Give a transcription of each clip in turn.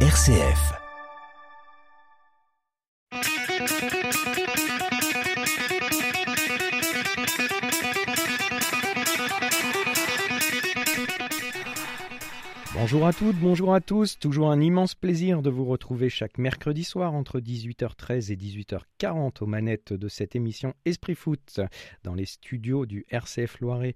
RCF. Bonjour à toutes, bonjour à tous. Toujours un immense plaisir de vous retrouver chaque mercredi soir entre 18h13 et 18h40 aux manettes de cette émission Esprit Foot dans les studios du RCF Loiret.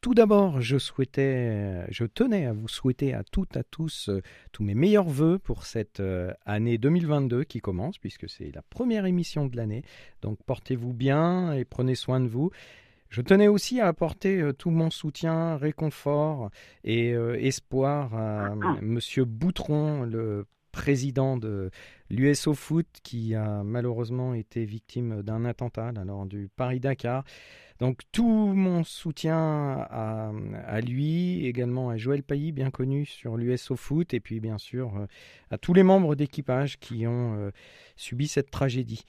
Tout d'abord, je souhaitais, je tenais à vous souhaiter à toutes, à tous, euh, tous mes meilleurs voeux pour cette euh, année 2022 qui commence, puisque c'est la première émission de l'année. Donc portez-vous bien et prenez soin de vous. Je tenais aussi à apporter euh, tout mon soutien, réconfort et euh, espoir à Monsieur Boutron, le président de l'USO Foot, qui a malheureusement été victime d'un attentat là, lors du Paris-Dakar. Donc tout mon soutien à, à lui, également à Joël Pailly, bien connu sur l'USO Foot, et puis bien sûr euh, à tous les membres d'équipage qui ont euh, subi cette tragédie.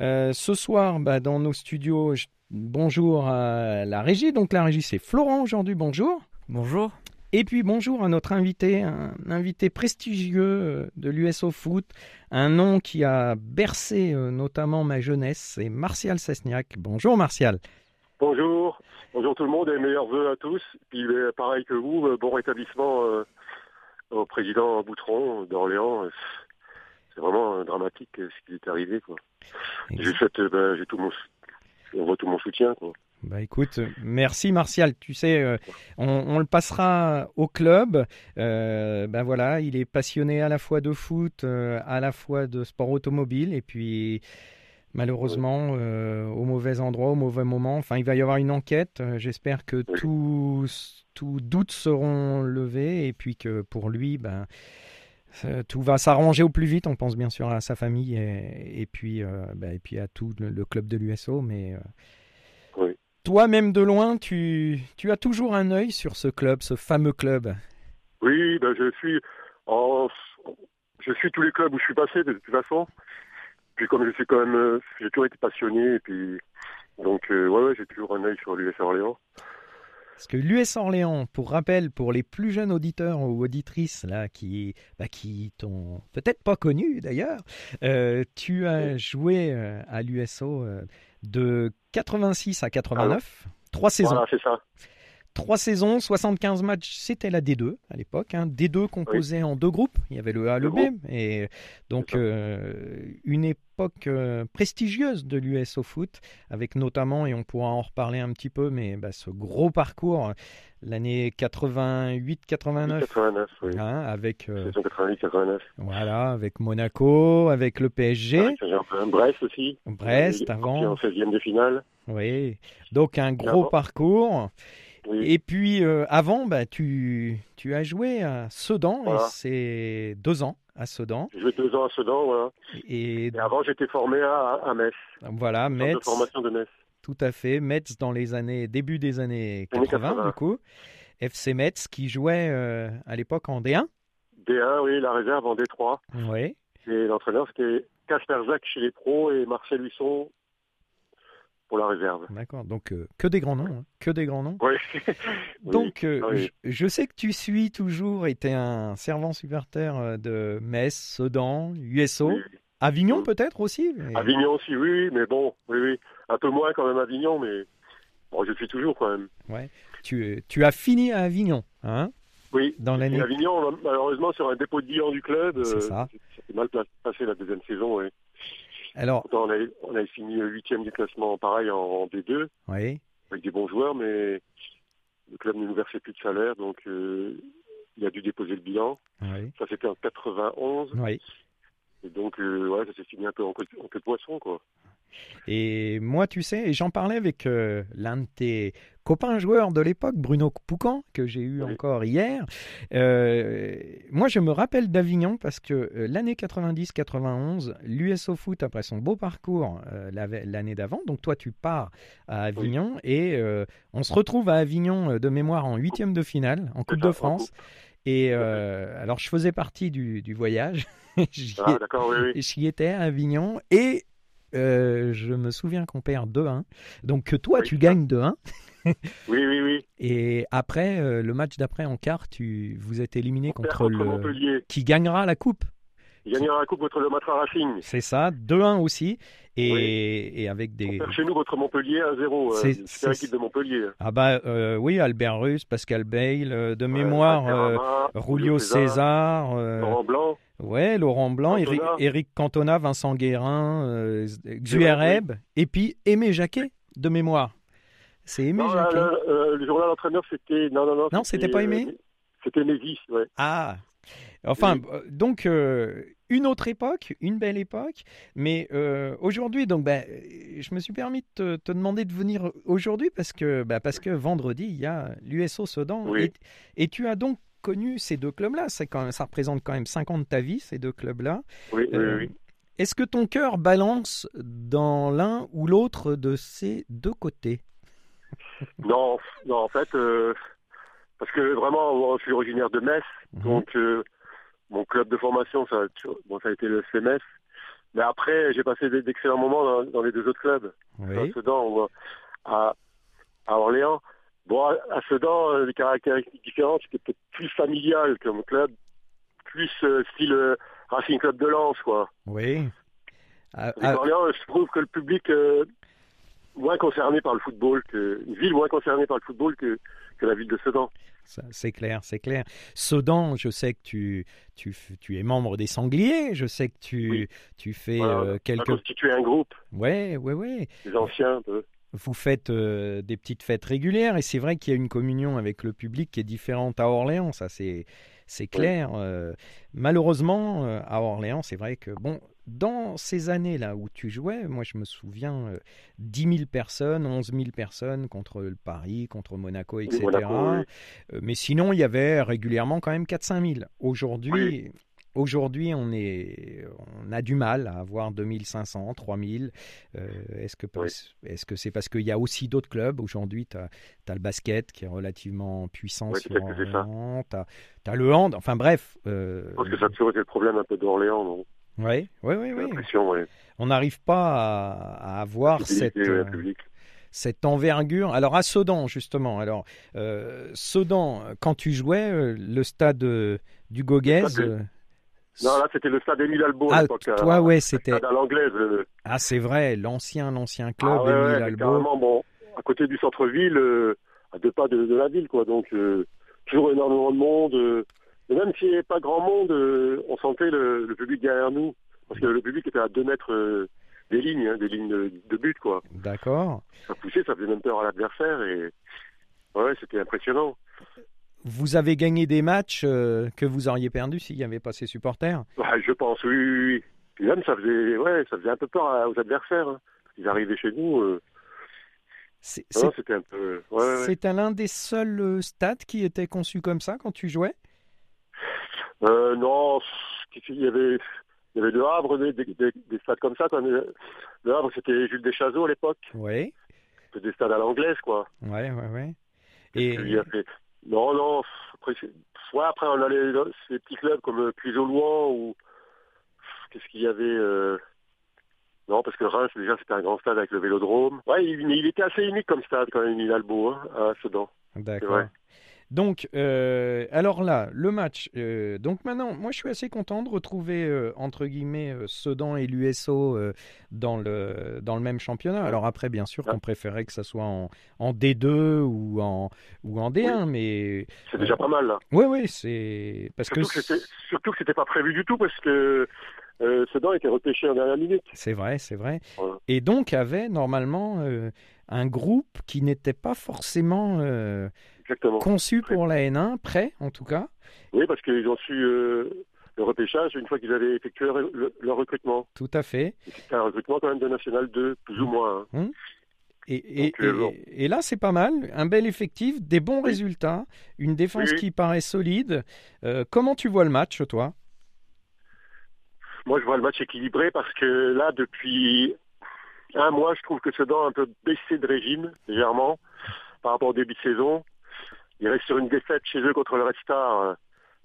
Euh, ce soir, bah, dans nos studios, je- bonjour à la régie. Donc la régie, c'est Florent aujourd'hui, bonjour. Bonjour. Et puis bonjour à notre invité, un invité prestigieux euh, de l'USO Foot, un nom qui a bercé euh, notamment ma jeunesse, c'est Martial Sesniak. Bonjour Martial. Bonjour, bonjour tout le monde et meilleurs voeux à tous. Puis euh, pareil que vous, euh, bon rétablissement euh, au président Boutron d'Orléans. Euh, C'est vraiment euh, dramatique euh, ce qui lui est arrivé. Quoi. Je lui souhaite, euh, ben, j'ai tout mon, sou- on voit tout mon soutien. Quoi. Bah écoute, euh, merci Martial. Tu sais, euh, on, on le passera au club. Euh, ben voilà, il est passionné à la fois de foot, euh, à la fois de sport automobile, et puis malheureusement euh, au mauvais endroit, au mauvais moment. Enfin, il va y avoir une enquête. Euh, J'espère que Oui. tous, tous doutes seront levés, et puis que pour lui, ben euh, tout va s'arranger au plus vite. On pense bien sûr à sa famille et, et puis euh, ben, et puis à tout le, le club de l'USO, mais euh, toi, même de loin, tu, tu as toujours un œil sur ce club, ce fameux club. Oui, ben, je suis en, je suis tous les clubs où je suis passé de toute façon. Puis comme je suis quand même, euh, j'ai toujours été passionné et puis donc euh, ouais, ouais, j'ai toujours un œil sur l'US Orléans. Parce que l'US Orléans, pour rappel, pour les plus jeunes auditeurs ou auditrices là, qui, bah, qui t'ont peut-être pas connu d'ailleurs, euh, tu as joué euh, à l'USO euh, de 86 à 89, trois saisons. Voilà, c'est ça. Trois saisons, 75 matchs, c'était la D2 à l'époque. Hein. D2 composée en deux groupes. Il y avait le A, le Deux B. groupes. Et donc, C'est ça. euh, une époque euh, prestigieuse de l'US au foot, avec notamment, et on pourra en reparler un petit peu, mais bah, ce gros parcours, l'année 88-89, 89, oui. avec, euh, Saison 88-89. voilà, avec Monaco, avec le PSG, Paris Saint-Germain, Brest aussi. Brest Qui est avant. en 16e de finale. Oui. Donc, un gros Avant. parcours. Oui. Et puis euh, avant, bah, tu, tu as joué à Sedan, Voilà. et c'est deux ans à Sedan. J'ai joué deux ans à Sedan, voilà. Et Et avant, j'étais formé à, à Metz. voilà, centre Metz, de formation de Metz. tout à fait, Metz dans les années, début des années Années 80, 80. du coup. FC Metz qui jouait euh, à l'époque en D1. D1, oui, la réserve en D3. Oui. Et l'entraîneur, c'était Casper Zach chez les pros et Marcel Husson pour la réserve. D'accord. Donc euh, que des grands noms, hein, que des grands noms. Oui. Donc, euh, Ah oui. je, je sais que tu suis toujours, et tu es un servant supporter euh, de Metz, Sedan, USO, Oui. Avignon Mm. peut-être aussi. mais- Avignon aussi, oui, oui, mais bon, oui, oui. Un peu moins quand même Avignon, mais bon, je suis toujours quand même. Tu, tu as fini à Avignon, hein, Oui. dans Et l'année Avignon, malheureusement, sur un dépôt de bilan du club, C'est euh, ça. c'était mal pla- passé la deuxième saison, oui. Alors, Pourtant, on avait, on avait fini huitième du classement, pareil, en, en D2, oui, avec des bons joueurs, mais le club ne nous versait plus de salaire, donc euh, il a dû déposer le bilan. oui, Ça, c'était en 91, oui. et donc, euh, ouais, ça s'est fini un peu en queue, en queue de poisson, quoi. Et moi, tu sais, et j'en parlais avec euh, l'un de tes copains joueurs de l'époque, Bruno Poucan, que j'ai eu Oui. encore hier. Euh, moi, je me rappelle d'Avignon parce que euh, l'année 90-91, l'USO Foot, après son beau parcours euh, l'ave- l'année d'avant, donc toi, tu pars à Avignon et euh, on se retrouve à Avignon euh, de mémoire en huitième de finale, en Coupe ça, de en France. Et euh, alors, je faisais partie du, du voyage. J'y Ah, ai- d'accord, oui, oui. J'y étais à Avignon et euh, je me souviens qu'on perd 2-1. Donc que toi, Oui, tu c'est ça. gagnes 2-1. Oui, oui, oui. Et après, euh, le match d'après en quart, tu vous êtes éliminé On perd contre le... Montpellier. Qui gagnera la coupe Il gagnera la Coupe contre le Matra Racing. C'est ça, 2-1 aussi. Et, Oui. et avec des. On perd chez nous contre Montpellier à 0. C'est- C'est c'est- l'équipe de Montpellier. Ah bah euh, oui, Albert Russe, Pascal Bale, euh, de Ouais, mémoire, euh, Ferrara, Rulio César, euh, Laurent Blanc. ouais, Laurent Blanc, Eric, Cantona. Eric Cantona, Vincent Guérin, euh, Xuereb, et puis Aimé Jacquet, de mémoire. C'est Aimé Non, là, Jacquet. là, euh, le journal entraîneur, c'était. Non, non, non. Non, c'était pas Aimé euh, C'était Mézis, ouais. Ah Enfin, Oui. euh, donc, euh, une autre époque, une belle époque, mais euh, aujourd'hui, donc, bah, euh, je me suis permis de te, te demander de venir aujourd'hui parce que, bah, parce que vendredi, il y a l'USO Sedan. Oui. Et, et tu as donc connu ces deux clubs-là. C'est quand même- Ça représente quand même 5 ans de ta vie, ces deux clubs-là. Oui, oui, Euh, oui. Est-ce que ton cœur balance dans l'un ou l'autre de ces deux côtés Non, non, en fait, euh, parce que vraiment, moi, je suis originaire de Metz. Mhm. Donc, euh, mon club de formation, ça, a toujours- bon, ça a été le CMS. Mais après, j'ai passé des- d'excellents moments dans, dans les deux autres clubs. Mhm. Oui. À Sedan, ou à, à Orléans. Bon, à, à Sedan, euh, les caractéristiques différentes, c'était peut-être plus familial comme club, plus euh, style euh, Racing Club de Lens, quoi. Oui. Ah, Les ah, Orléans, je trouve que le public euh, moins concerné par le football, que, une ville moins concernée par le football que, que la ville de Sedan. Ça, C'est clair, c'est clair. Sedan, je sais que tu, tu, f- tu es membre des Sangliers, je sais que tu, Oui. tu fais Voilà, euh, Ça quelques... constituait un groupe, Ouais, ouais, ouais. les anciens. euh, Vous faites euh, des petites fêtes régulières et c'est vrai qu'il y a une communion avec le public qui est différente à Orléans, ça c'est, c'est clair. Euh, malheureusement, euh, à Orléans, c'est vrai que, bon, dans ces années-là où tu jouais, moi je me souviens euh, 10 000 personnes, 11 000 personnes contre le Paris, contre Monaco, etc. Monaco, oui. Euh, Mais sinon, il y avait régulièrement quand même 4-5 000. Aujourd'hui, aujourd'hui, on, est, on a du mal à avoir 2500, 3000. Euh, est-ce que Oui. est-ce que c'est parce qu'il y a aussi d'autres clubs Aujourd'hui, tu as, le basket qui est relativement puissant Oui, sur peut-être que c'est ça. Orléans, tu as, le hand, enfin bref. euh, Je pense que ça a toujours été le problème un peu d'Orléans, donc. ouais, ouais, ouais, J'ai ouais. l'impression, ouais. On n'arrive pas à, à avoir Public, cette... ouais, euh, public. cette envergure. Alors à Sedan, justement. Alors euh, Sedan, quand tu jouais, euh, le stade euh, du Goguez. Le stade euh, Non, là, c'était le stade Émile Albo à ah, l'époque. toi, à- ouais, le c'était. stade à l'anglaise. le- Ah, c'est vrai, l'ancien, l'ancien club, Ah, ouais, Émile ouais, Albo. carrément, bon, à côté du centre-ville, euh, à deux pas de, de la ville, quoi. Donc, euh, toujours énormément de monde. euh, mais même s'il n'y avait pas grand monde, euh, on sentait le, le public derrière nous. Parce que le public était à deux mètres euh, des lignes, hein, des lignes de, de but, quoi. D'accord. Ça poussait, ça faisait même peur à l'adversaire. Et ouais, c'était impressionnant. Vous avez gagné des matchs euh, que vous auriez perdus s'il n'y avait pas ces supporters. Ouais, je pense, oui, oui, oui. Puis même, ça faisait, ouais, ça faisait un peu peur à- aux adversaires. hein. Ils arrivaient chez nous. euh, C'est non, c'est- c'était un peu. ouais, ouais, ouais. c'est un l'un des seuls euh, stades qui était conçu comme ça quand tu jouais. Euh, non, pff, il y avait, il y avait le Havre, des, des- des- des stades comme ça. quoi, mais euh, Le Havre, c'était Jules Deschazeaux à l'époque. Oui, C'était des stades à l'anglaise, quoi. ouais, ouais, ouais. Puis il y avait- Non, non. pff, Après, c'est- pff, ouais, après, on allait dans ces petits clubs comme Puy-au-Louan ou. pff, Qu'est-ce qu'il y avait euh, Non, parce que Reims, déjà, c'était un grand stade avec le vélodrome. Ouais, il, il était assez unique comme stade quand même, il Albo, hein, à Sedan. D'accord. Donc, euh, alors là, le match. euh, donc maintenant, moi, je suis assez content de retrouver euh, entre guillemets euh, Sedan et l'USO euh, dans le dans le même championnat. Alors après, bien sûr, Ah. qu'on préférait que ça soit en, en D2 ou en ou en D1, mais C'est déjà pas mal, là. oui, oui, c'est parce que Surtout que c'était- surtout que c'était pas prévu du tout parce que euh, Sedan était repêché en dernière minute. c'est vrai, c'est vrai. Voilà. Et donc avait normalement euh, un groupe qui n'était pas forcément euh, Exactement. conçu Prêt. pour la N1, prêt en tout cas. Oui, parce qu'ils ont su euh, le repêchage une fois qu'ils avaient effectué leur, le- leur recrutement. Tout à fait. Et C'était un recrutement quand même de National 2, plus ou moins. hein. Et, et- Donc, euh, bon. et- et là, c'est pas mal. Un bel effectif, des bons Oui. résultats, une défense Oui, oui. qui paraît solide. Euh, comment tu vois le match, toi Moi, je vois le match équilibré parce que là, depuis un mois, je trouve que Sedan a un peu baissé de régime, légèrement, par rapport au début de saison. Ils restent sur une défaite chez eux contre le Red Star euh,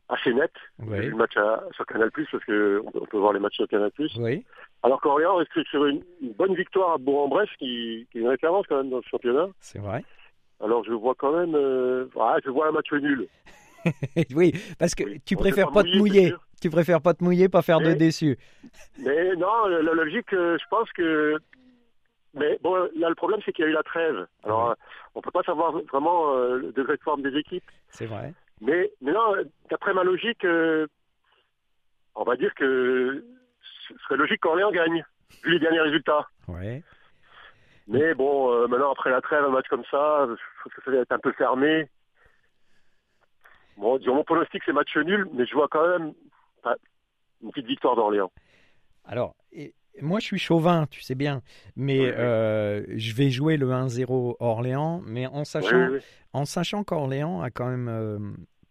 assez nette. J'ai vu Oui. Le match à- sur Canal+, parce que on peut- on peut voir les matchs sur Canal+. Oui. Alors qu'Orléans reste sur une, une bonne victoire à Bourg-en-Bresse, qui, qui est une référence quand même dans le championnat. C'est vrai. Alors je vois quand même, euh, ah, je vois un match nul. oui, parce que Oui. tu On peut préfères pas te mouiller. c'est sûr. Tu préfères pas te mouiller, pas faire de Mais- déçu. Mais non, la la logique, euh, je pense que. Mais bon, là, le problème, c'est qu'il y a eu la trêve. Alors, euh, on peut pas savoir vraiment euh, le degré de forme des équipes. C'est vrai. Mais, mais non, euh, d'après ma logique, euh, on va dire que ce serait logique qu'Orléans gagne, vu les derniers résultats. Ouais. Mais bon, euh, maintenant, après la trêve, un match comme ça, je trouve que ça va être un peu fermé. Bon, disons, mon pronostic, c'est match nul, mais je vois quand même bah, une petite victoire d'Orléans. Alors, et- et moi, je suis chauvin, tu sais bien, mais Oui, oui. euh, je vais jouer le 1-0 Orléans, mais en Oui, sachant, oui, oui. en sachant qu'Orléans a quand même euh,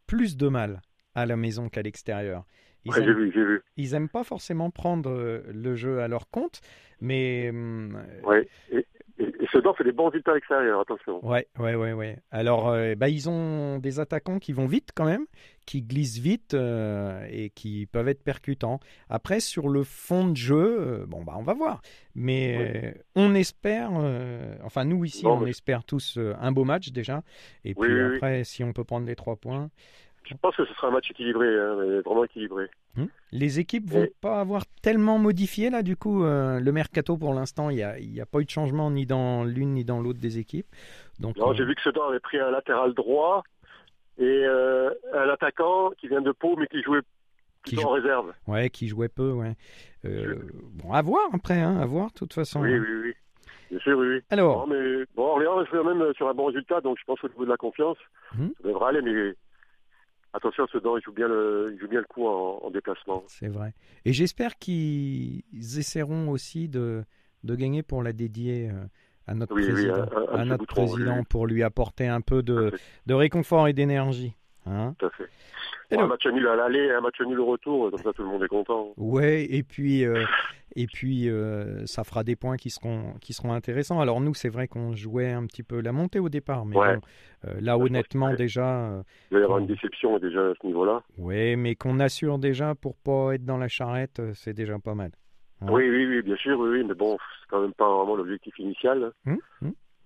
plus de mal à la maison qu'à l'extérieur. Ils Ouais, aiment- j'ai vu, j'ai vu. ils n'aiment pas forcément prendre euh, le jeu à leur compte, mais hum, Ouais. Et, et, et Sedan fait des bons résultats à l'extérieur, attention. ouais, ouais, ouais, ouais. Alors, euh, bah, ils ont des attaquants qui vont vite quand même, qui glissent vite euh, et qui peuvent être percutants. Après, sur le fond de jeu, euh, bon, bah, on va voir. Mais euh, on espère, euh, enfin, nous ici, Non, on mais- espère tous euh, un beau match déjà. Et Oui, puis oui, oui. après, si on peut prendre les trois points. Je pense que ce sera un match équilibré, hein, mais vraiment équilibré. Hmm. Les équipes vont Et- pas avoir tellement modifié là du coup euh, le mercato pour l'instant il n'y a, il y a pas eu de changement ni dans l'une ni dans l'autre des équipes donc Non, euh, j'ai vu que Sedan avait pris un latéral droit et euh, un attaquant qui vient de Pau, mais qui jouait Qui plutôt en réserve. ouais qui jouait peu ouais Euh, bon à voir après hein, à voir de toute façon hein. Oui, oui, oui. Bien sûr, oui. oui. Non, alors mais bon, Orléans reste quand même euh, sur un bon résultat, donc je pense au niveau de la confiance, Mhm. ça devrait aller, mais attention, Sedan, il joue bien le, il joue bien le coup en, en déplacement. c'est vrai et j'espère qu'ils essaieront aussi de de gagner pour la dédier euh, à notre Oui, oui, président, à- à- à à M. notre Boutron, oui, président oui. pour lui apporter un peu de, Tout à fait, de réconfort et d'énergie hein tout à fait. Et Bon, bah, le- un match nul à l'aller et un match nul au retour, comme ça tout le monde est content. Ouais, et puis, euh, et puis euh, ça fera des points qui seront, qui seront intéressants. Alors nous, c'est vrai qu'on jouait un petit peu la montée au départ, mais Ouais. Bah, bon, euh, là pense honnêtement que- déjà, euh, Il va y avoir une déception déjà à ce niveau-là. ouais, mais qu'on assure déjà pour pas être dans la charrette, euh, c'est déjà pas mal. Ouais. Oui, oui, oui, bien sûr, oui, oui, mais bon, c'est quand même pas vraiment l'objectif initial. hein.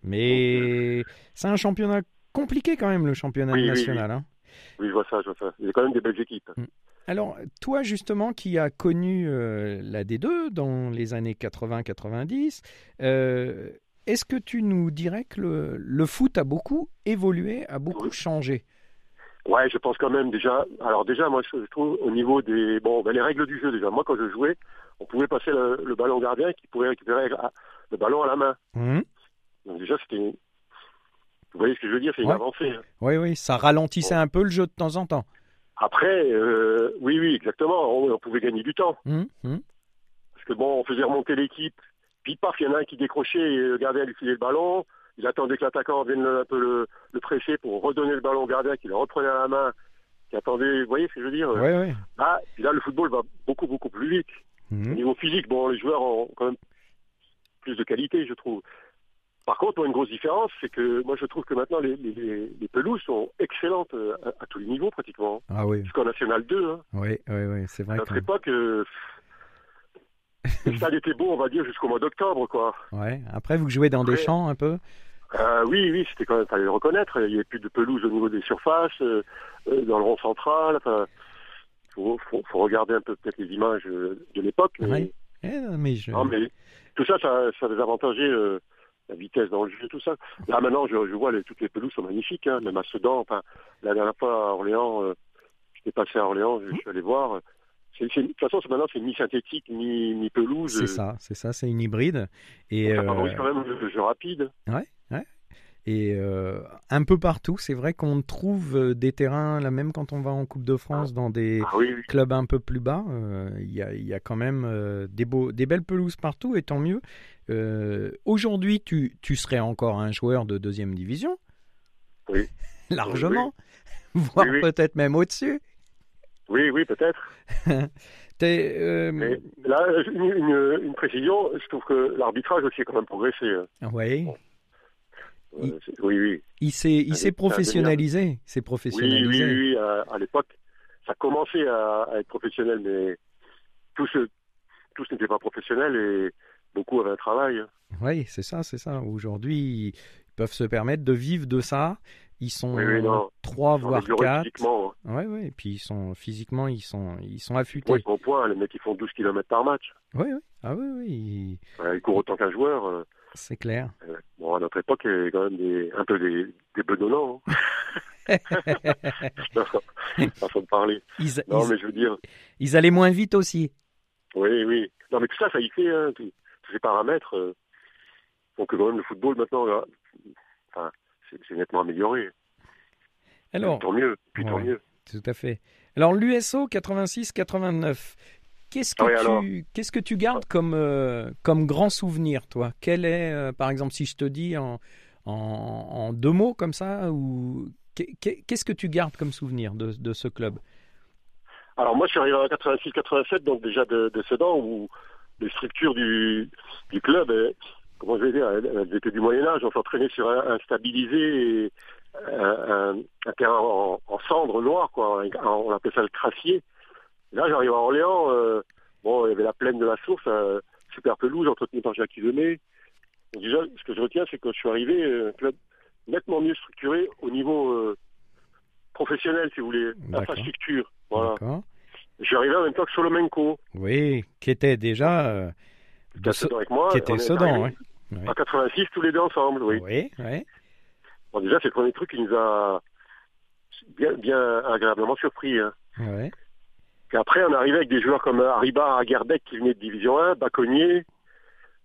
Mais c'est un championnat compliqué quand même, le championnat euh, Oui, oui, national. hein. Oui, je vois ça, je vois ça. Il y a quand même des belles équipes. Alors, toi justement qui as connu euh, la D2 dans les années 80-90, euh, est-ce que tu nous dirais que le, le foot a beaucoup évolué, a beaucoup Oui. changé Ouais, je pense quand même déjà. Alors déjà, moi, je je trouve au niveau des bon, ben, les règles du jeu déjà. Moi, quand je jouais, on pouvait passer le, le ballon au gardien qui pouvait récupérer à- le ballon à la main. Hum Donc déjà, c'était. une- Vous voyez ce que je veux dire, c'est une Ouais. avancée. hein. Oui, oui, ça ralentissait un peu le jeu de temps en temps. Après, euh, oui, oui, exactement. On, on pouvait gagner du temps Hum, hum. parce que bon, on faisait remonter l'équipe. Puis paf, il y en a un qui décrochait et le gardien lui filait le ballon. Il attendait que l'attaquant vienne le- un peu le, le presser pour redonner le ballon au gardien qui le reprenait à la main. Qui attendait. Vous voyez ce que je veux dire Ouais, ouais. Ah, puis là, le football va beaucoup beaucoup plus vite. Au Hum. niveau physique, bon, les joueurs ont quand même plus de qualité, je trouve. Par contre, moi, une grosse différence, c'est que moi, je trouve que maintenant, les, les- les pelouses sont excellentes euh, à, à tous les niveaux, pratiquement. Ah oui, Jusqu'en National 2. hein. oui, oui, oui, c'est À vrai. notre Quand même. époque, euh, le stade était beau, on va dire, jusqu'au mois d'octobre, quoi. Ouais. Après, vous jouez dans des Après- champs un peu Euh, oui, oui, c'était quand même, fallait le reconnaître. Il n'y avait plus de pelouse au niveau des surfaces, euh, euh, dans le rond central. Enfin, faut, faut- faut regarder un peu peut-être les images euh, de l'époque. mais- Ouais. Eh, non, mais je... Non, mais tout ça, ça, ça a désavantagé euh, la vitesse dans le jeu, tout ça. Là, maintenant, je, je vois les, toutes les pelouses sont magnifiques, hein, même à Sedan. Enfin, la dernière fois à Orléans, euh, j'étais passé à Orléans, je, suis allé voir. C'est- c'est- de toute façon, c'est- maintenant, c'est ni synthétique, ni, ni pelouse. C'est ça, c'est ça, c'est une hybride. Et, Ça euh, favorise quand même le jeu rapide. Et euh, un peu partout, c'est vrai qu'on trouve euh, des terrains, là même quand on va en Coupe de France, dans des Ah oui, oui. clubs un peu plus bas, euh, il y, a, il y a quand même euh, des, beaux, des belles pelouses partout, et tant mieux. Euh, Aujourd'hui, tu, tu serais encore un joueur de deuxième division Oui. Largement Voire Oui, oui. peut-être même au-dessus Oui, oui, peut-être. T'es, euh, Mais là, une, une- une précision, je trouve que l'arbitrage aussi a quand même progressé. hein. ouais. Euh, Il- c'est- oui, oui. Il s'est il Ah, s'est c'est professionnalisé. C'est Oui, oui, professionnalisé. oui. À, à l'époque, ça commençait à, à être professionnel, mais tous, euh, tous n'étaient pas professionnels et beaucoup avaient un travail. Oui, c'est ça, c'est ça. Aujourd'hui, ils peuvent se permettre de vivre de ça Ils sont Oui, oui, non. trois, Dans voire les bureaux, quatre. physiquement, hein. Ouais, ouais. Et puis ils sont physiquement, ils sont, ils sont affûtés. Moi, je comprends, hein, les mecs, ils font 12 km par match. Ouais, ouais. Ah oui, oui. ils- Ouais, ils courent autant qu'un joueur. euh. C'est clair. Euh, Bon, à notre époque, il y avait quand même des, un peu des, des bedonnants. hein. Non, façon de parler. Ils, Non, ils- mais je veux dire, ils allaient moins vite aussi. oui, oui. Non, mais tout ça, ça y fait, hein, tout- tous ces paramètres euh, font que quand même le football maintenant, là, enfin, c'est c'est nettement amélioré. Alors, tant mieux, puis tant Ouais. mieux. tout à fait. Alors, l'USO 86-89, qu'est-ce que, Ah oui, alors. tu, qu'est-ce que tu gardes comme, euh, comme grand souvenir, toi Quel est, euh, par exemple, si je te dis en, en, en deux mots comme ça, ou qu'est- qu'est- qu'est-ce que tu gardes comme souvenir de, de ce club Alors moi, je suis arrivé en 86-87, donc déjà de, de Sedan, où les structures du, du club, euh, comment je vais dire, elles, elles étaient du Moyen Âge, on s'entraînait sur un, un stabilisé, et un, un- un terrain en, en cendre noire, quoi. avec un- on appelait ça le crassier. Et là, j'arrive à Orléans, euh, bon, il y avait la plaine de la source, euh, super pelouse entretenue par Jacques Isonet. Donc Déjà, ce que je retiens, c'est que je suis arrivé euh, un club nettement mieux structuré au niveau euh, professionnel, si vous voulez, D'accord. infrastructure. Voilà. D'accord. Je suis arrivé en même temps que Solomenko, Oui, qui était déjà. euh, qui de a Ce- Sedan avec moi. qui On était est Sedan, arrivés ouais. ouais. En 86, tous les deux ensemble, oui. Oui, oui. Bon, déjà, c'est le premier truc qui nous a bien, bien agréablement surpris. hein. ouais. Puis après, on arrivait avec des joueurs comme Ariba, Agardec qui venait de Division 1, Baconnier.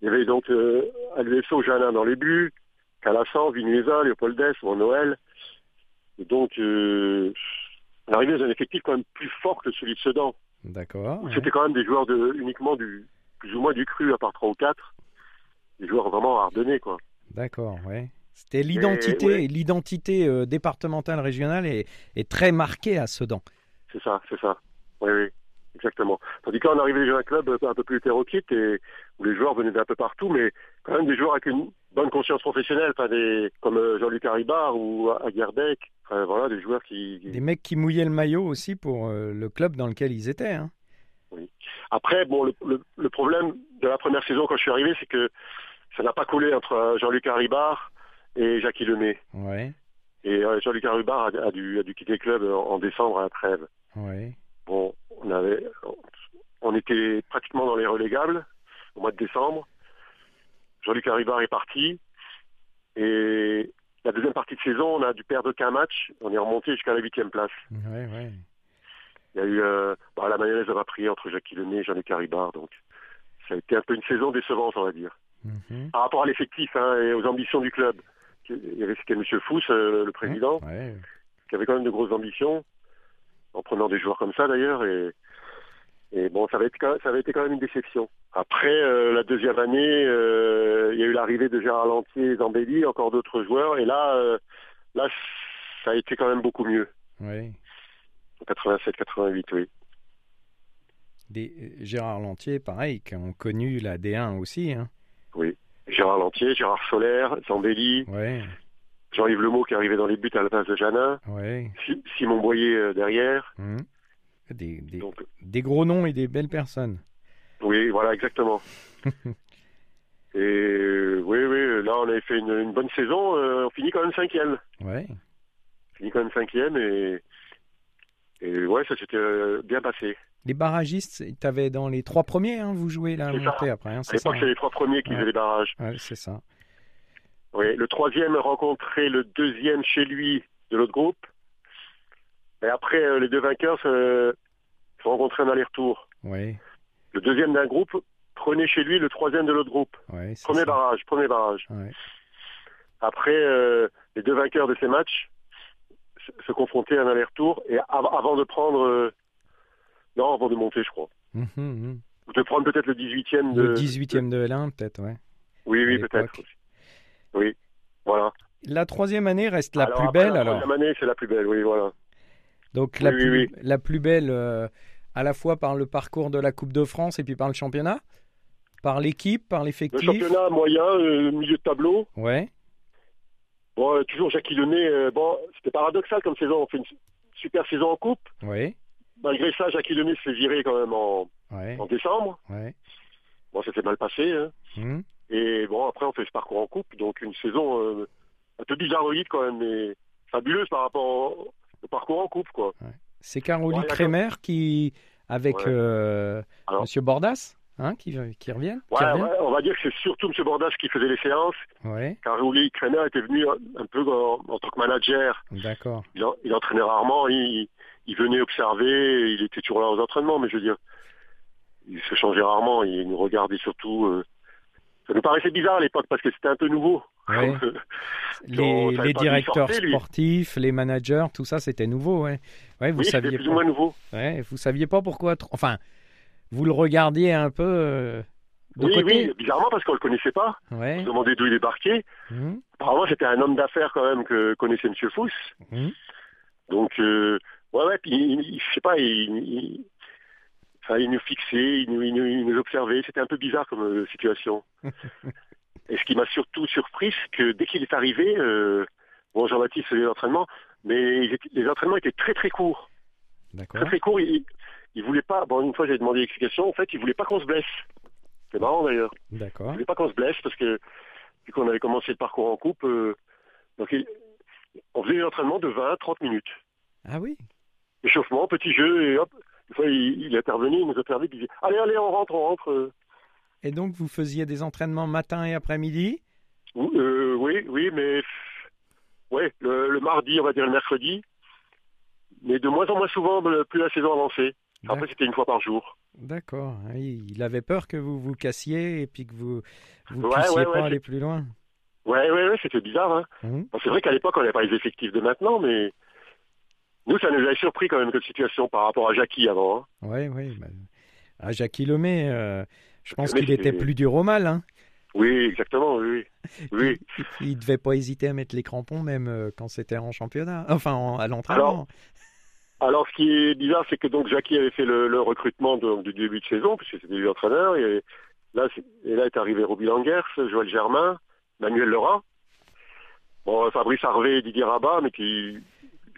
Il y avait donc euh, Alvesso, Janin dans les buts, Calassan, Vinuesa, Léopoldès, bon, Noël. Et donc, euh, on arrivait dans un effectif quand même plus fort que celui de Sedan. D'accord. ouais. C'était quand même des joueurs de, uniquement du plus ou moins du cru, à part 3 ou 4. Des joueurs vraiment ardennés, quoi. D'accord, ouais. C'était l'identité, ouais. l'identité euh, départementale régionale est, est très marquée à Sedan. C'est ça, c'est ça. Oui, oui, exactement. Tandis que là, on arrivait déjà à un club un peu plus hétéroclite et où les joueurs venaient d'un peu partout, mais quand même des joueurs avec une bonne conscience professionnelle, enfin des, comme euh, Jean-Luc Haribar ou euh, Aguerdec, enfin, voilà, des joueurs qui... Des mecs qui mouillaient le maillot aussi pour euh, le club dans lequel ils étaient. hein. Après, bon, le, le- le problème de la première saison quand je suis arrivé, c'est que ça n'a pas collé entre euh, Jean-Luc Haribar et Jackie Lemay. Ouais, Et euh, Jean-Luc Haribar a, a dû, a dû quitter le club euh, en, en décembre à la trêve. ouais, Bon, on avait, on était pratiquement dans les relégables au mois de décembre. Jean-Luc Arribar est parti. Et la deuxième partie de saison, on a dû perdre qu'un match. On est remonté jusqu'à la huitième place. ouais, ouais. Il y a eu, euh, bah, la mayonnaise a pris entre Jacques Lemay et Jean-Luc Arribar. Donc, ça a été un peu une saison décevante, on va dire. Mhm. Par rapport à l'effectif hein, et aux ambitions du club. Il y avait, c'était M. Fous, euh, le président Ouais. qui avait quand même de grosses ambitions, en prenant des joueurs comme ça d'ailleurs. Et, et bon, ça avait, été, quand- ça avait été quand même une déception. Après, euh, la deuxième année, euh, il y a eu l'arrivée de Gérard Lantier, Zambelli, encore d'autres joueurs. Et là, euh, là, ça a été quand même beaucoup mieux. ouais. En 87-88, oui. Des, euh, Gérard Lantier, pareil, qui ont connu la D1 aussi. hein. Gérard Lantier, Gérard Solaire, Zambelli, Ouais, Jean-Yves Lemot qui arrivait dans les buts à la place de Janin, ouais. Si- Simon Boyer euh, derrière. Mhm. Des, des- Donc, des gros noms et des belles personnes. Oui, voilà, exactement. Et euh, oui, oui, là on avait fait une, une bonne saison, euh, on finit quand même cinquième. Ouais, On finit quand même cinquième et, et ouais, ça s'était euh, bien passé. les barragistes, t'avais dans les trois premiers, hein, vous jouez la C'est ça. montée après. hein, À c'est ça. l'époque, c'est les trois premiers qui Ouais. faisaient les barrages. Ouais, c'est ça. Oui, le troisième rencontrait le deuxième chez lui de l'autre groupe. Et après, euh, les deux vainqueurs se, se rencontraient en aller-retour. Ouais, Le deuxième d'un groupe prenait chez lui le troisième de l'autre groupe. ouais. c'est Premier ça. barrage, premier barrage. Ouais. Après, euh, les deux vainqueurs de ces matchs se, se confrontaient à un aller-retour et av- avant de prendre, euh, non, avant de monter, je crois, Mhm, mhm. ou de prendre peut-être le 18e de, Le 18e de L1, peut-être, ouais. oui, à oui, l'époque. peut-être. Oui, voilà. La troisième année reste la Alors, plus après, belle, la alors. troisième année, c'est la plus belle, oui, voilà. Donc, Oui, la, oui, plus, la plus belle, euh, à la fois par le parcours de la Coupe de France et puis par le championnat Par l'équipe, par Le l'effectif championnat moyen, euh, milieu de tableau. Ouais, Bon, euh, toujours Jacques Launay, euh, bon, c'était paradoxal comme saison. On fait une su- super saison en coupe. ouais, Malgré ça, Jacques Launay se fait virer quand même en, ouais, en décembre. ouais. Bon, ça s'est mal passé, hein. Hmm, Et bon, après, on fait ce parcours en coupe, donc une saison euh, un peu bizarroïde quand même, mais fabuleuse par rapport au, au parcours en couple. Quoi. C'est Caroline Ouais, d'accord. Crémer qui, avec Ouais. euh, Alors. Monsieur Bordas, hein, qui, qui revient. qui Ouais, revient. ouais, on va dire que c'est surtout M. Bordas qui faisait les séances, Ouais, car Uli Kremer était venu un un peu en, en tant que manager. d'accord. Il, en- il entraînait rarement, il, il venait observer, il était toujours là aux entraînements, mais je veux dire, il se changeait rarement, il nous regardait surtout. euh, ça nous paraissait bizarre à l'époque parce que c'était un peu nouveau. euh, Ouais. Ah, on Les, les savait pas d'où il directeurs sortait, lui. sportifs, les managers, tout ça, c'était nouveau. Ouais. Ouais, vous oui, c'était saviez plus ou pas. moins nouveau. Ouais, vous saviez pas pourquoi. tr- Enfin, vous le regardiez un peu euh, de oui, côté. Mmh. oui, bizarrement parce qu'on le connaissait pas. On Ouais. se demandait d'où il débarquait. Mhm. Apparemment, c'était un homme d'affaires quand même que connaissait M. Fous. Mhm. Donc, euh, ouais, ouais, puis, il- il- je sais pas, il, il- enfin, il nous fixait, il nous, il nous- il nous observait. C'était un peu bizarre comme euh, situation. Et ce qui m'a surtout surpris, c'est que dès qu'il est arrivé, euh, bon, Jean-Baptiste faisait l'entraînement, mais ils étaient- les entraînements étaient très très courts. D'accord. Très très courts. Il, il voulait pas, bon, une fois j'ai demandé l'explication, en fait, il voulait pas qu'on se blesse. C'est marrant d'ailleurs. Je D'accord. voulais pas qu'on se blesse parce que vu qu'on avait commencé le parcours en coupe, euh, donc il- on faisait l'entraînement de 20-30 minutes. Ah oui. Échauffement, petit jeu, et hop, une fois il, il intervenait, il nous observait, il disait Allez, allez, on rentre, on rentre. Euh, Et donc vous faisiez des entraînements matin et après-midi. ou- euh, oui, oui, mais pff, ouais, le, le mardi, on va dire le mercredi, mais de moins en moins souvent, euh, plus la saison avançait. Après, D'ac- c'était une fois par jour. D'accord. ah Oui, Il avait peur que vous vous cassiez et puis que vous vous Ouais, puissiez ouais, pas ouais, aller plus loin. Ouais, ouais, ouais, c'était bizarre. Hein. Mhm. Bon, c'est vrai qu'à l'époque, on n'avait pas les effectifs de maintenant, mais nous, ça nous avait surpris quand même cette situation par rapport à Jackie avant. hein. Oui, oui. bah, Ah, Jackie Lemay, euh, je pense Lemay, qu'il était Ah, c'est- plus dur au mal. hein. Oui, exactement, oui. Oui. Il devait pas hésiter à mettre les crampons même euh, quand c'était en championnat, enfin en- à l'entraînement. Alors, ce qui est bizarre, c'est que donc Jackie avait fait le, le recrutement de- du début de saison, puisque c'était lui l'entraîneur, et là, c'est- et là est arrivé Roby Langers, Joël Germain, Manuel Laurent, bon, Fabrice Harvey, Didier Rabat, mais qui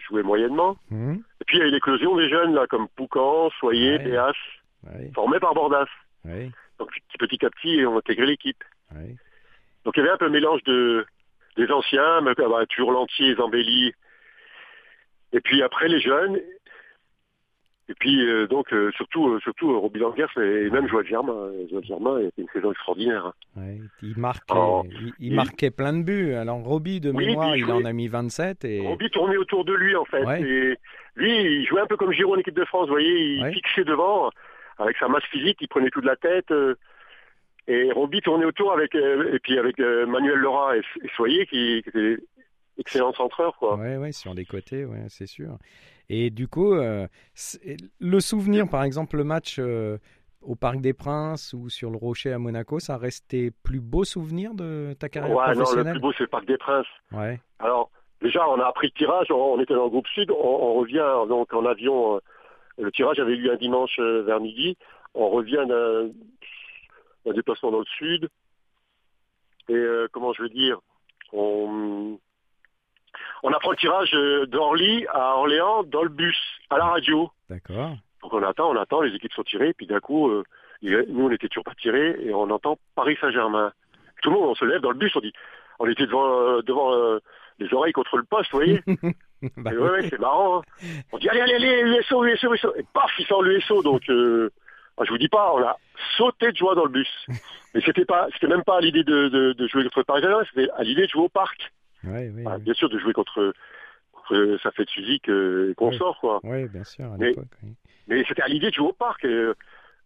jouait moyennement. Mhm. Et puis, il y a eu l'éclosion des jeunes, là, comme Poucan, Soyer, Ouais. Béas, Oui, formés par Bordas. oui, Donc, qui, petit à petit, ont intégré l'équipe. oui. Donc, il y avait un peu un mélange de, des anciens, mais, ah bah, toujours l'entier, Zambelli, et puis après les jeunes, et puis euh, donc euh, surtout, euh, surtout euh, Roby Langers et même Joël Germain. Euh, Joël Germain a fait une saison extraordinaire. hein. ouais. Il, marquait, Alors, il, il il- marquait plein de buts. Alors Roby, de Oui, mémoire, il il jouait- en a mis 27. Et... Roby tournait autour de lui en fait. Ouais. Et lui, il jouait un peu comme Giroud en équipe de France, vous voyez, il Ouais. fixait devant, avec sa masse physique, il prenait tout de la tête. euh, et Roby tournait autour avec euh, et puis avec euh, Manuel Laura et, et Soyer qui, qui était excellent centreur quoi. Ouais, ouais, sur les côtés, ouais, c'est sûr. Et du coup, euh, c'est- le souvenir, par exemple, le match euh, au Parc des Princes ou sur le Rocher à Monaco, ça restait plus beau souvenir de ta carrière Ouais, non, le professionnelle plus beau c'est le Parc des Princes. Ouais, Alors, déjà, on a appris le tirage, on, on était dans le groupe sud, on, on revient donc en avion. euh, Le tirage avait lieu un dimanche euh, vers midi. On revient d'un d'un déplacement dans le sud. Et euh, comment je veux dire on, on apprend le tirage euh, d'Orly à Orléans dans le bus, à la radio. d'accord. Donc on attend, on attend, les équipes sont tirées, puis d'un coup, euh, il- nous on n'était toujours pas tirés, et on entend Paris Saint-Germain. Tout le monde, on se lève dans le bus, on dit, on était devant, euh, devant euh, les oreilles contre le poste, vous voyez Bah Et oui. ouais, ouais, c'est marrant. hein. On dit, allez, allez, allez, USO, USO, USO. Et paf, il sort l'USO, donc euh, ah, je vous dis pas, on a sauté de joie dans le bus. Mais c'était pas, c'était même pas à l'idée de, de- de jouer contre Paris Saint-Germain, c'était à l'idée de jouer au parc. Ouais, ouais, Enfin, ouais. bien sûr, de jouer contre, contre ça fait de Suzy que- qu'on Oui. sort, quoi. Ouais, bien sûr, à Mais- l'époque. oui. Mais c'était à l'idée de jouer au parc. Et, euh,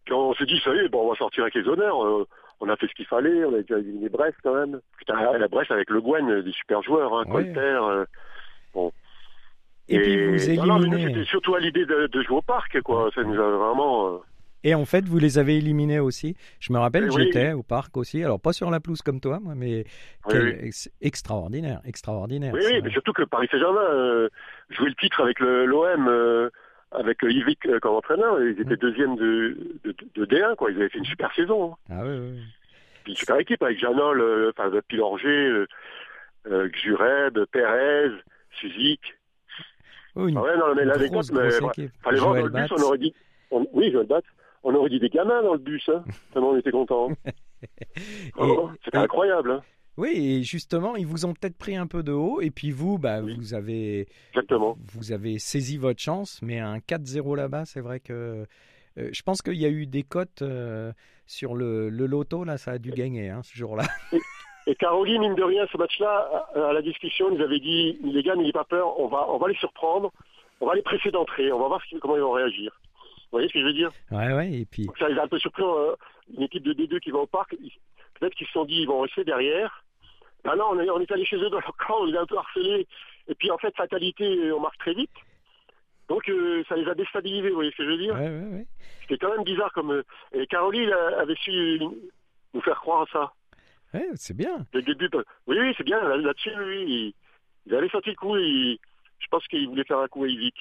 puis on s'est dit, ça y est, bon, on va sortir avec les honneurs. Euh, on a fait ce qu'il fallait. On a déjà éliminé Brest quand même. Putain, la Brest avec Le Guen, euh, des super joueurs. Hein, Ouais. Colter. euh, Et, puis vous non, non, mais nous, éliminez. c'était surtout à l'idée de, de jouer au parc, quoi. Ça nous a vraiment... euh, Et en fait, vous les avez éliminés aussi. Je me rappelle, Eh oui. j'étais au parc aussi. Alors, pas sur la pelouse comme toi, moi, mais oui, quel- oui. ex- extraordinaire, extraordinaire. Oui, ça. hein. oui, mais surtout que Paris Saint-Germain euh, jouait le titre avec le- l'OM, euh, avec euh, Ivic euh, comme entraîneur. Ils étaient Mm. deuxième de, de, de D1, quoi. Ils avaient fait une super saison. hein. Ah oui, oui, oui. Puis une super équipe avec Janol, euh, enfin avec Pilorger, euh, euh, Xureb, Perez, Suzik. Oh, une Ah ouais, non, mais grosse, l'anecdote, mais grosse ouais. équipe. fallait voir dans le Joël Batz. bus, on aurait dit. on- oui, Joël Batz. On aurait dit des gamins dans le bus, hein. tellement on était contents. Et- Oh, C'était et- incroyable. hein. Oui, et justement, ils vous ont peut-être pris un peu de haut, et puis vous, bah, Oui. vous avez Exactement. vous avez saisi votre chance, mais un 4-0 là-bas, c'est vrai que euh, je pense qu'il y a eu des cotes euh, sur le, le loto, là, ça a dû gagner hein, ce jour-là. Et Caroline, mine de rien, ce match-là, à à la discussion, nous avait dit, les gars, n'ayez pas peur, on va, on va les surprendre, on va les presser d'entrée, on va voir ce qu'ils- comment ils vont réagir. Vous voyez ce que je veux dire Ouais, ouais, et puis Donc ça les a un peu surpris, euh, une équipe de D2 qui va au parc, ils- peut-être qu'ils se sont dit, ils vont rester derrière. Ben non, on est, on est allé chez eux dans leur camp, on les a un peu harcelés. Et puis en fait, fatalité, on marque très vite. Donc euh, ça les a déstabilisés, vous voyez ce que je veux dire ouais, ouais, ouais. C'était quand même bizarre comme... euh, Et Caroline euh, avait su nous faire croire à ça. Ouais, c'est bien. Le début, bah, oui, oui, c'est bien, là- là-dessus, oui, il, il avait senti le coup, il- je pense qu'il voulait faire un coup à Ivic,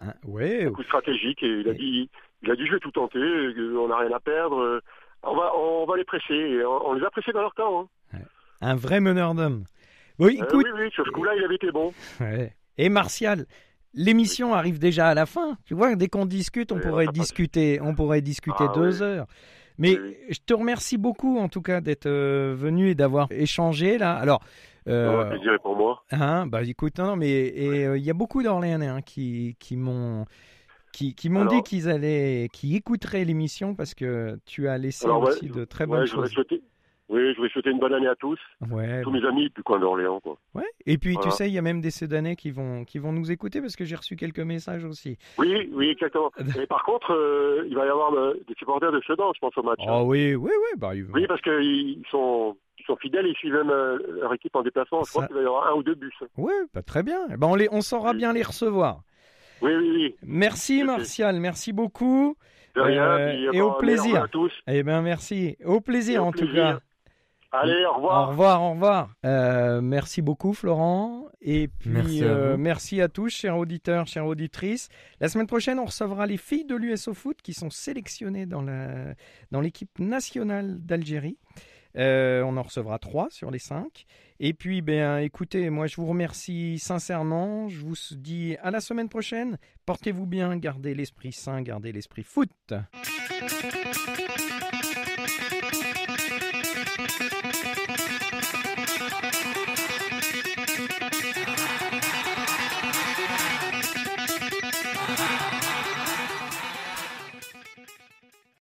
Hein, ouais, un coup stratégique, et il a Et- dit, il a dit, je vais tout tenter, euh, on n'a rien à perdre, euh, on va, on va les presser, et on, on les a pressés dans leur temps. hein. un vrai meneur d'hommes. Oui, Euh, écoute, oui, oui, sur ce coup-là, il avait été bon. Ouais. Et Martial, l'émission arrive déjà à la fin. Tu vois, dès qu'on discute, on Oui, pourrait ça passe. discuter, on pourrait discuter Ah, deux oui. heures. Mais Oui, je te remercie beaucoup, en tout cas, d'être euh, venu et d'avoir échangé là. Alors, Non, euh, plaisir est pour moi. hein, bah écoute, non, non, mais et, euh, il y a beaucoup d'Orléanais hein, qui qui m'ont qui, qui m'ont Alors- dit qu'ils allaient, qui écouteraient l'émission parce que tu as laissé Alors, ouais, aussi de très bonnes Ouais, je voudrais choses. souhaiter, oui, je voudrais souhaiter une bonne année à tous, Ouais, tous mes amis du coin d'Orléans, quoi. Ouais. Et puis Voilà. tu sais, il y a même des Sédanais qui vont qui vont nous écouter parce que j'ai reçu quelques messages aussi. Oui, oui, exactement. Et par contre, euh, il va y avoir euh, des supporters de Sedan, je pense, au match. hein. Ah oui, oui, oui, bah, ils- Oui, parce qu'ils sont, ils sont fidèles et ils suivent même euh, leur équipe en déplacement. Je Ça- crois qu'il va y aura un ou deux bus. hein. ouais, bah, très bien. Eh ben, on, les, on saura Oui. bien les recevoir. Oui, oui, oui. Merci Ok. Martial, merci beaucoup. De rien. Euh, puis et au encore un meilleur plaisir. vœu à tous. Eh ben merci. Au Et plaisir au en tout cas. plaisir. Allez, au revoir. Au revoir, au revoir. Euh, merci beaucoup Florent. Et puis Merci à euh, vous. merci à tous, chers auditeurs, chères auditrices. La semaine prochaine, on recevra les filles de l'USO Foot qui sont sélectionnées dans la dans l'équipe nationale d'Algérie. Euh, on en recevra trois sur les cinq. Et puis, ben, écoutez, moi je vous remercie sincèrement. Je vous dis à la semaine prochaine. Portez-vous bien, gardez l'esprit sain, gardez l'esprit foot.